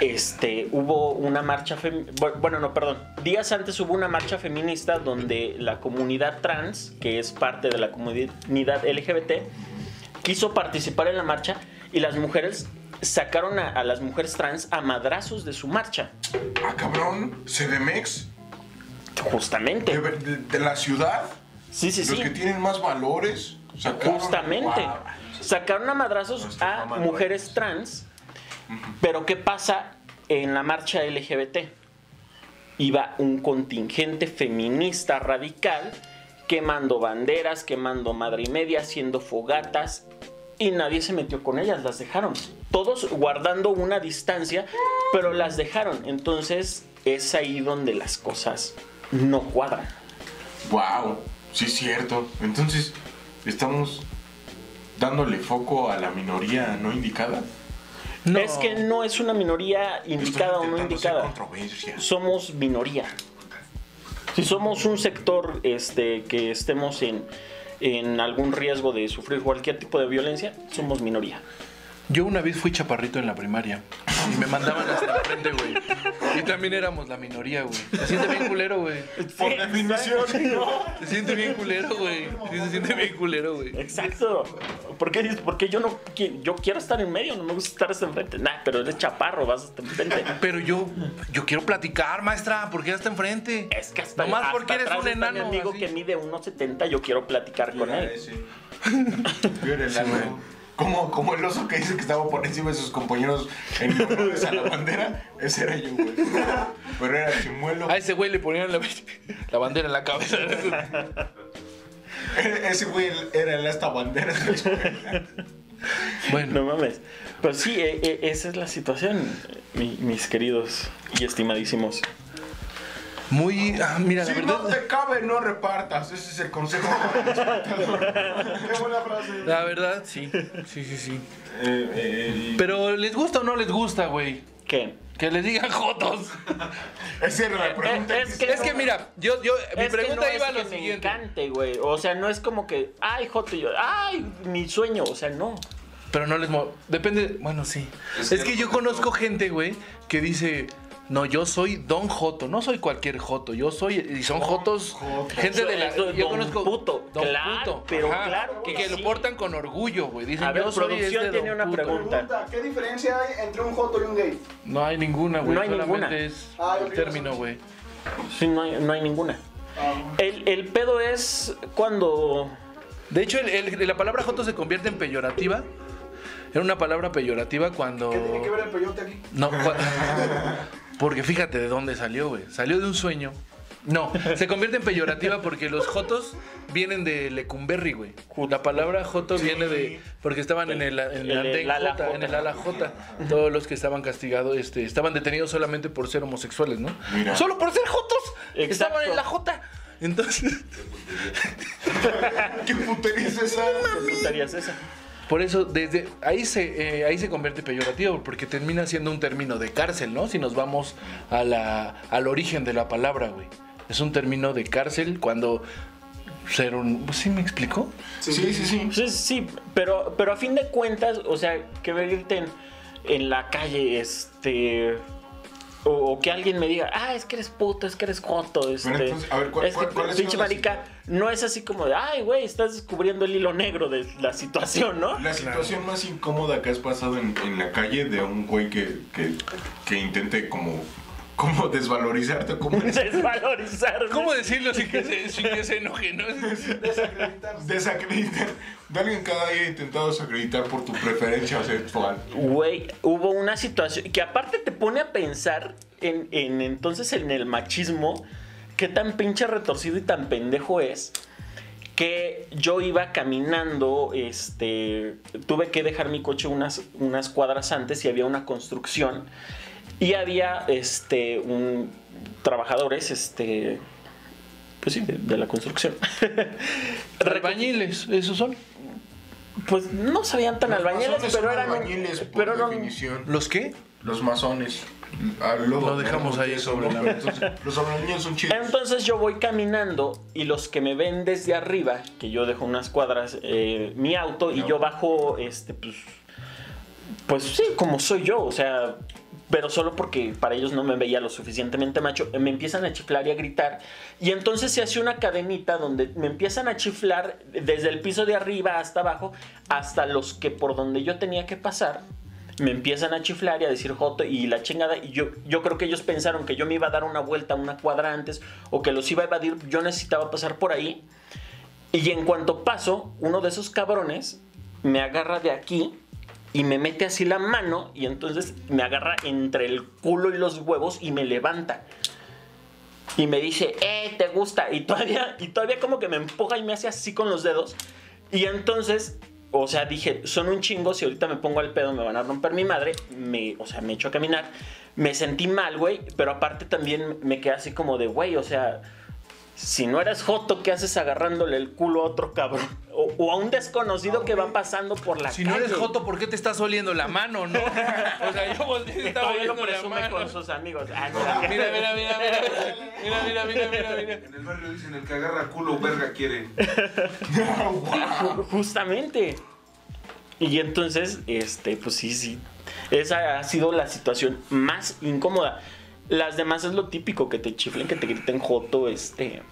F: este, hubo una marcha fem- bu- bueno no perdón días antes hubo una marcha feminista donde la comunidad trans que es parte de la comunidad LGBT quiso participar en la marcha y las mujeres sacaron a, a las mujeres trans a madrazos de su marcha
C: Ah, cabrón, CDMX, de,
F: justamente
C: de- de la ciudad,
F: sí sí
C: los
F: sí
C: que tienen más valores. sacaron-
F: Justamente.
C: Guau.
F: Sacaron a madrazos
C: estoy
F: a
C: mamando,
F: mujeres trans. Pero ¿qué pasa en la marcha LGBT? Iba un contingente feminista radical quemando banderas, quemando madre y media, haciendo fogatas. Y nadie se metió con ellas, las dejaron. Todos guardando una distancia, pero las dejaron. Entonces es ahí donde las cosas no cuadran.
C: Wow, sí es cierto. Entonces, estamos dándole foco a la minoría no indicada.
F: Es que no es una minoría indicada o no
C: intentando hacer
F: indicada.
C: Controversia.
F: somos minoría. Si somos un sector este, que estemos en, en algún riesgo de sufrir cualquier tipo de violencia, somos minoría.
D: Yo una vez fui chaparrito en la primaria y me mandaban hasta el frente, güey. Y también éramos la minoría, güey. Se siente bien culero, güey.
C: Por definición,
D: Se siente bien culero, güey. Sí, se siente bien culero, güey.
F: Exacto. ¿Por qué, dices- por qué yo no qui- yo quiero estar en medio? No me gusta estar hasta enfrente. Nah, pero eres chaparro, vas hasta enfrente.
D: Pero yo, yo quiero platicar, maestra, porque ya está enfrente.
F: Es que hasta,
D: Nomás
F: hasta
D: porque eres
F: atrás
D: un
F: está mi
D: enano,
F: amigo
D: así.
F: que mide 1.70, yo quiero platicar con él.
C: Yo era el ano. Como, como el oso que dice que estaba por encima de sus compañeros en honores a la bandera, ese era yo, güey. Pero era chimuelo.
D: A ese güey le ponían la, la bandera en la cabeza.
C: E- Ese güey era el hasta bandera.
D: Bueno,
F: No mames. Pero sí, e- e- esa es la situación, mi- mis queridos y estimadísimos.
D: muy. ah, mira, la
C: Si no
D: verdad.
C: te cabe, no repartas. Ese es el consejo.
E: Qué buena frase.
D: La verdad, sí. Sí, sí, sí. Pero ¿les gusta o no les gusta, güey?
F: ¿Qué?
D: Que les digan jotos.
C: Esa era la pregunta.
F: Eh, es
C: que
F: que-
D: Es que mira, yo, yo, mi
F: Es que
D: pregunta
F: no es
D: iba a
F: que
D: lo
F: me
D: siguiente.
F: encante, güey. O sea, no es como que, ay, Joto, y yo, ay, mi sueño. O sea, no.
D: Pero no les mo- Depende. Bueno, sí. Es,
G: Es
D: que,
G: que-
D: yo conozco gente, güey, que dice. No, yo soy Don Joto, no soy cualquier Joto, yo soy. Y son Jotos. Gente
F: Yo-
D: de la.
F: yo-
D: yo
F: don
D: conozco.
F: Puto, claro, pero claro
D: que,
F: que
D: lo
F: sí.
D: portan con orgullo, güey. Dicen,
F: A ver,
D: yo soy
F: producción
D: este
F: tiene
D: don
F: una
D: puto".
F: pregunta.
E: Pregunta, ¿qué diferencia hay entre un joto y un gay?
D: No hay ninguna, güey.
F: No hay
D: solamente
F: ninguna.
D: es
E: Ah, yo
D: el
E: creo que
D: término,
E: sí.
D: güey.
F: Sí, no hay, no hay ninguna.
E: Ah,
F: El, el pedo es cuando.
D: De hecho, el- el- la palabra Joto se convierte en peyorativa. Era una palabra peyorativa cuando.
E: ¿Qué tiene que ver el peyote aquí?
D: No, cua- porque fíjate de dónde salió, güey. Salió de un sueño. No, se convierte en peyorativa porque los jotos vienen de Lecumberri, güey. La palabra joto viene de porque estaban en el, en el
F: El-
D: andén
F: el ala
D: jota, en
F: jota.
D: el ala jota. Todos los que estaban castigados, este, estaban detenidos solamente por ser homosexuales, ¿no?
C: Mira.
D: Solo por ser jotos.
F: Exacto.
D: Estaban en la jota. Entonces,
C: ¿Qué putería es esa?
F: ¿Qué putaría es esa?
D: por eso desde ahí se eh, ahí se convierte en peyorativo porque termina siendo un término de cárcel, ¿no? Si nos vamos a la, al origen de la palabra, güey. Es un término de cárcel cuando ser un pues, ¿Sí me explicó?
C: Sí, sí, sí.
F: Sí, sí, pero, pero a fin de cuentas, o sea, que me griten en la calle, este. O, o que alguien me diga, ah, es que eres puto, es que eres joto. Este,
C: entonces, a ver, ¿cuál-
F: es que,
C: cuál- cuáles
F: pinche
C: son las-
F: marica, no es así como de, ay, güey, estás descubriendo el hilo negro de la situación, ¿no?
C: La situación más incómoda que has pasado en, en la calle de un güey que, que, que intente como, como desvalorizarte, como
F: Desvalorizar.
D: ¿Cómo decirlo sin que se, sin que se enoje, no?
C: desacreditar. De alguien que haya intentado desacreditar por tu preferencia sexual.
F: Güey, hubo una situación que aparte te pone a pensar en, en entonces en el machismo, qué tan pinche retorcido y tan pendejo es que yo iba caminando, este, tuve que dejar mi coche unas, unas cuadras antes y había una construcción y había, este, un, trabajadores, este, pues sí, de, de la construcción.
D: Rebañiles, esos son.
F: pues no sabían tan albañiles,
C: masones
F: pero
C: son
F: eran,
C: albañiles, por
F: pero eran-
C: definición.
D: ¿Los qué?
C: Los masones. Ah, luego
D: Lo dejamos ahí sobre la
C: hablaremos de eso, entonces, Los albañiles son chidos.
F: Entonces yo voy caminando y los que me ven desde arriba, que yo dejo unas cuadras eh, mi auto y yo bajo, este, pues, pues sí, como soy yo, o sea, pero solo porque para ellos no me veía lo suficientemente macho, me empiezan a chiflar y a gritar y entonces se hace una cadenita donde me empiezan a chiflar desde el piso de arriba hasta abajo, hasta los que por donde yo tenía que pasar. Me empiezan a chiflar y a decir joto y la chingada. Y yo, yo creo que ellos pensaron que yo me iba a dar una vuelta una cuadra antes o que los iba a evadir. Yo necesitaba pasar por ahí. Y en cuanto paso, uno de esos cabrones me agarra de aquí y me mete así la mano y entonces me agarra entre el culo y los huevos y me levanta. Y me dice, eh, te gusta. Y todavía, y todavía como que me empuja y me hace así con los dedos. Y entonces, o sea, dije, son un chingo, si ahorita me pongo al pedo me van a romper mi madre. Me, o sea, me echo a caminar. Me sentí mal, güey, pero aparte también me quedé así como de, güey, o sea, si no eres joto, ¿qué haces agarrándole el culo a otro cabrón? O, o a un desconocido que va pasando por la
D: Ah, Si
F: calle.
D: no eres joto, ¿por qué te estás oliendo la mano, no? O sea, yo volteé y
F: Que
D: estaba
F: todavía lo
D: oliendo la
F: presume
D: mano.
F: con sus amigos. Ah, no.
D: Mira, mira, mira, mira. Mira, mira, mira, mira, mira.
C: En el barrio dicen el que agarra culo, verga quiere.
F: Justamente. Y entonces, este, pues sí, sí. Esa ha sido la situación más incómoda. Las demás es lo típico, que te chiflen, que te griten joto, este.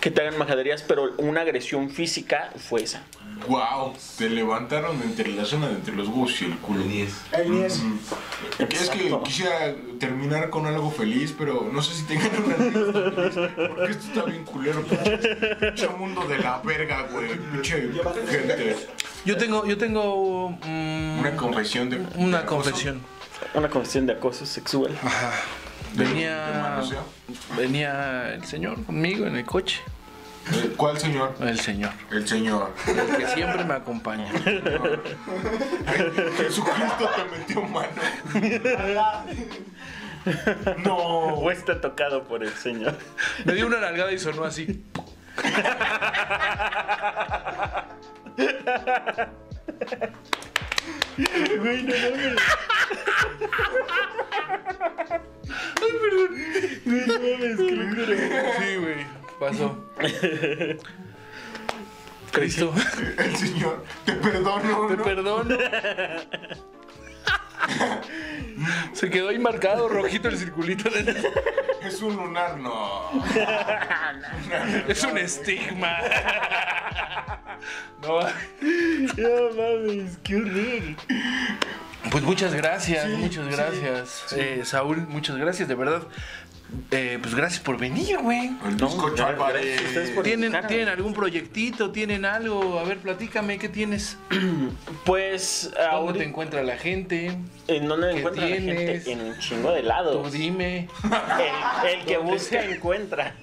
F: Que te hagan majaderías, pero una agresión física fue esa.
C: Wow, te levantaron entre la zona de entre los huevos y el culo.
E: El Nies.
C: Que es que
F: Exacto.
C: quisiera terminar con algo feliz, pero no sé si tengan una anécdota feliz, porque esto está bien culero, pinche pinche mundo de la verga, güey, pinche gente.
D: Yo tengo, yo tengo mm,
C: Una confesión de
D: una
C: de
D: confesión.
F: Una confesión de acoso sexual.
C: acoso, de- de
D: Venía,
C: manoseo.
D: venía el señor conmigo en el coche.
C: Eh, ¿Cuál señor?
D: El señor,
C: El señor.
D: que siempre me acompaña.
C: Jesucristo te metió mano. No.
F: O
D: Pues
F: está tocado por el señor.
D: Me dio una nalgada y sonó así. Sí, güey, pasó. Cristo,
C: El señor, te perdono.
D: te
C: ¿no?
D: perdono. Se quedó ahí marcado rojito el circulito. de-
C: Es un lunar, no.
D: Es un estigma. No.
F: No mames, qué horrible.
D: Pues muchas gracias, muchas gracias. Eh, Saúl, muchas gracias, de verdad. Eh, pues gracias por venir, güey.
C: El bizcocho Álvarez.
F: Ustedes por
D: ¿Tienen,
F: invitarme.
D: ¿Tienen algún proyectito? ¿Tienen algo? A ver, platícame, ¿qué tienes?
F: Pues
D: ¿Dónde te
F: ahorita,
D: encuentra la gente?
F: ¿en dónde me
D: ¿Qué
F: encuentran la
D: tienes?
F: gente? En un chingo de lados.
D: Tú dime.
F: El, el que
D: Donde
F: busca
D: sea.
F: encuentra.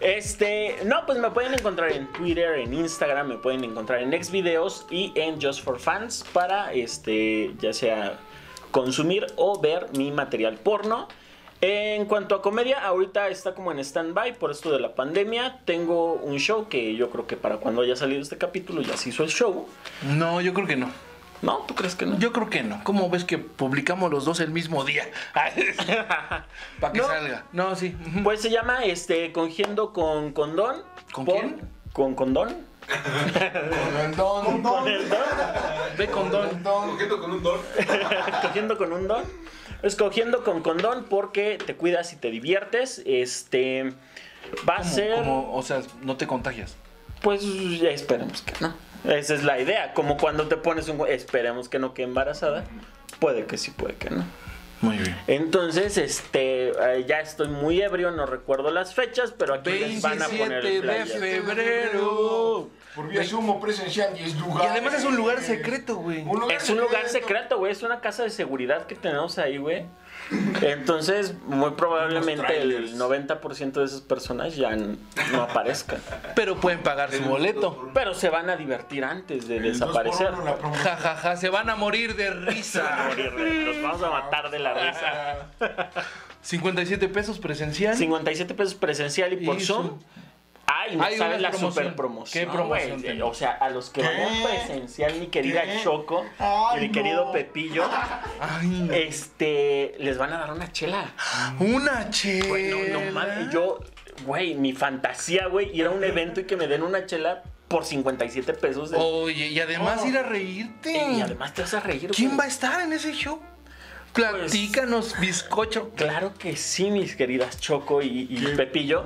F: Este, no, pues me pueden encontrar en Twitter, en Instagram, me pueden encontrar en Xvideos y en Just for Fans para este, ya sea consumir o ver mi material porno. En cuanto a comedia, ahorita está como en stand-by por esto de la pandemia. Tengo un show que yo creo que para cuando haya salido este capítulo ya se hizo el show.
D: No, yo creo que no.
F: ¿No? ¿Tú crees que no?
D: Yo creo que no. ¿Cómo ves que publicamos los dos el mismo día? Para que
F: No.
D: salga. No, sí. ujú.
F: Pues se llama este, Congiendo con Condón.
D: ¿Con
F: Por-
D: quién?
F: Con Condón.
C: Don, don,
F: Con el don.
D: Ve con don.
C: don. Cogiendo con un don.
F: cogiendo con un don. Escogiendo con condón porque te cuidas y te diviertes. Este. Va a ser.
D: Como, o sea, no te contagias.
F: Pues ya esperemos que no. Esa es la idea. Como cuando te pones un. Esperemos que no quede embarazada. Puede que sí, puede que no.
D: Muy bien.
F: Entonces, este, eh, ya estoy muy ebrio, no recuerdo las fechas, pero aquí les van a poner
D: 27
F: el
D: de
F: flyer.
D: febrero.
C: Por vía sumo presencial y es lugar.
D: Y además es un lugar secreto, güey.
F: Es un lugar secreto, güey. Es una casa de seguridad que tenemos ahí, güey. Entonces, muy probablemente el
C: trailers.
F: 90% de esas personas ya n- no aparezcan.
D: Pero pueden pagar su boleto.
F: Pero se van a divertir antes de
C: El dos por
F: desaparecer.
C: uno, la promo-
D: Ja, ja, ja, se van a morir de risa.
F: Morir, güey. Los vamos a matar de la risa.
D: 57 pesos presencial.
F: 57 pesos presencial y por
D: Y
F: Zoom.
D: Zoom.
F: Ay, no
D: Hay
F: sabes
D: una
F: la
D: promoción.
F: super promoción.
D: ¿Qué promoción
F: güey?
D: tengo?
F: O sea, a los que vayan presencial, mi querida
C: ¿Qué?
F: Choco
C: Ay,
F: y mi querido
C: no.
F: Pepillo,
D: Ay,
F: este, les van a dar una chela.
D: una che.
F: Güey, no, no mames. Yo, güey, mi fantasía, güey, ir a un evento y que me den una chela por 57 pesos. de-
D: Oye, y además ir a reírte.
F: Oh. Y además Pues, te vas a reír.
D: ¿Quién
F: güey.
D: va a estar en ese show? Platícanos, bizcocho.
F: Claro que sí, mis queridas Choco y, y Pepillo.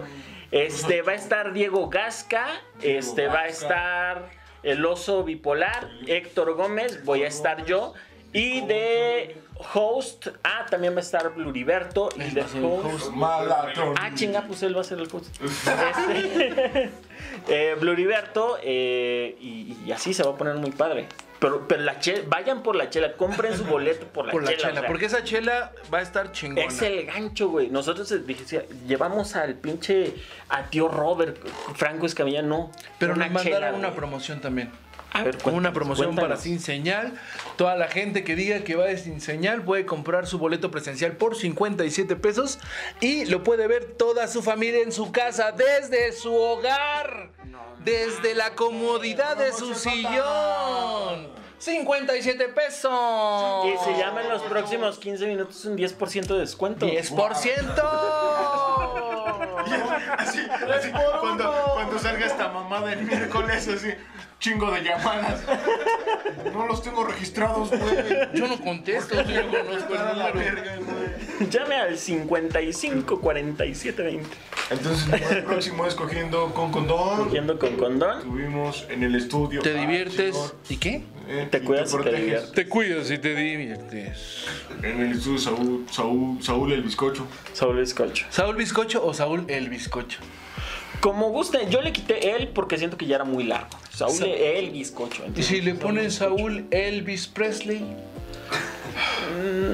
F: Este va a estar Diego Gasca, este va a estar el oso bipolar, Héctor Gómez, voy a estar yo y de host, ah, también va a estar Bluriberto y de host.
C: Malatón.
F: Ah, chinga, pues él va a ser el host. Este, eh, Bluriberto eh, y, y así se va a poner muy padre. Pero, pero la chela, vayan por la chela, compren su boleto por la
D: Por la
F: chela. o
D: chela,
F: sea,
D: porque esa chela va a estar chingona.
F: es el gancho, güey. Nosotros eh, dije, sí, llevamos al pinche a tío Robert, Franco Escamilla, no.
D: Pero
F: Una
D: nos mandaron
F: chela,
D: una
F: güey.
D: promoción también.
F: A ver,
D: una
F: cuéntanos,
D: promoción para
F: cuéntanos.
D: Sin Señal. Toda la gente que diga que va de Sin Señal puede comprar su boleto presencial por 57 pesos y lo puede ver toda su familia en su casa, desde su hogar, desde la comodidad de su sillón. 57 pesos.
F: Y se llama en los próximos 15 minutos un 10% de descuento.
D: 10%.
C: Así, así, cuando, cuando salga esta mamada el miércoles, así, chingo de llamadas. No los tengo registrados, güey.
D: Yo no contesto, yo no conozco
C: Para
D: el
C: la
D: número.
C: verga, güey.
F: Llame al 55 47 20.
C: Entonces, el próximo es cogiendo con condón.
F: Cogiendo con condón.
C: Estuvimos en el estudio.
D: Te
C: Ah,
D: diviertes.
C: señor.
D: ¿Y qué?
C: Eh,
F: Te cuidas y te
C: proteges.
F: diviertes.
D: Te cuidas y te diviertes.
C: En el estudio Saúl, Saúl, Saúl el bizcocho.
F: Sobre bizcocho.
D: ¿Saúl Bizcocho o Saúl el Bizcocho?
F: Como gusten, yo le quité él porque siento que ya era muy largo. Saúl,
D: Sa-
F: el bizcocho.
D: ¿Y
F: entonces,
D: si le ponen Saúl Elvis Presley?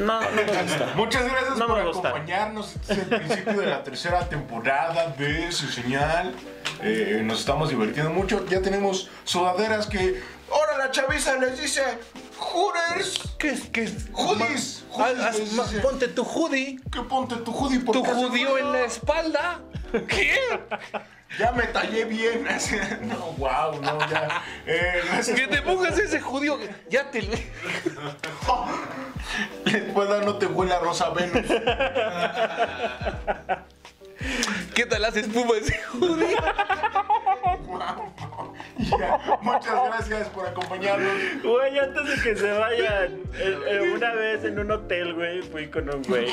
F: No, no me gusta.
C: Muchas gracias
F: No me
C: por
F: gusta.
C: acompañarnos. Este es el principio de la tercera temporada de Su Señal. Eh, nos estamos divirtiendo mucho. Ya tenemos sudaderas que. Ahora la chaviza les dice. ¡Jures!
D: ¿Qué es? ¿Qué es?
C: Hoodies,
D: Ma-
C: hoodies,
D: haz-
C: sí,
D: ma-
C: sí.
D: Ponte tu hoodie.
C: Que ponte tu hoodie por
D: Tu judío en la espalda. ¿Qué?
C: Ya me tallé bien. no, wow, no, ya. Eh, gracias.
D: Que te pongas ese judío. Ya te...
C: La espalda no te huele a Rosa Venus.
D: ¿Qué tal las espuma ese judío?
C: Guau, no. Ya, Muchas gracias por acompañarnos.
F: Güey, antes de que se vayan, eh, eh, una vez en un hotel, güey, fui con un güey.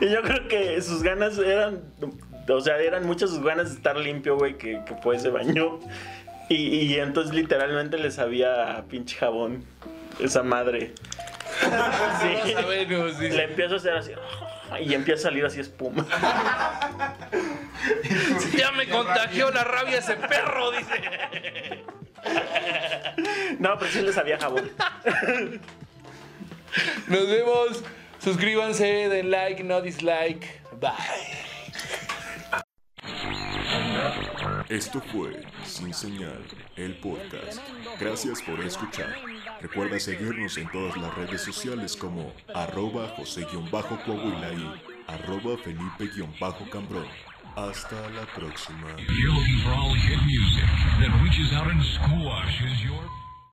F: Y yo creo que sus ganas eran, o sea, eran muchas sus ganas de estar limpio, güey, que, que fue se bañó. Y, y entonces literalmente le sabía a pinche jabón, esa madre. Sí.
D: Rosa Venus, dice.
F: Le empiezo a hacer así, y empieza a salir así espuma.
D: Ya me contagió la rabia ese perro, dice.
F: No, pero sí le sabía a jabón.
D: Nos vemos. Suscríbanse, den like, no dislike. Bye.
B: Esto fue Sin Señal, el podcast. Gracias por escuchar. Recuerda seguirnos en todas las redes sociales como arroba José-Coahuila y arroba Felipe-Cambrón. Hasta la próxima.
A: If you're looking for all hit music that reaches out and squashes your...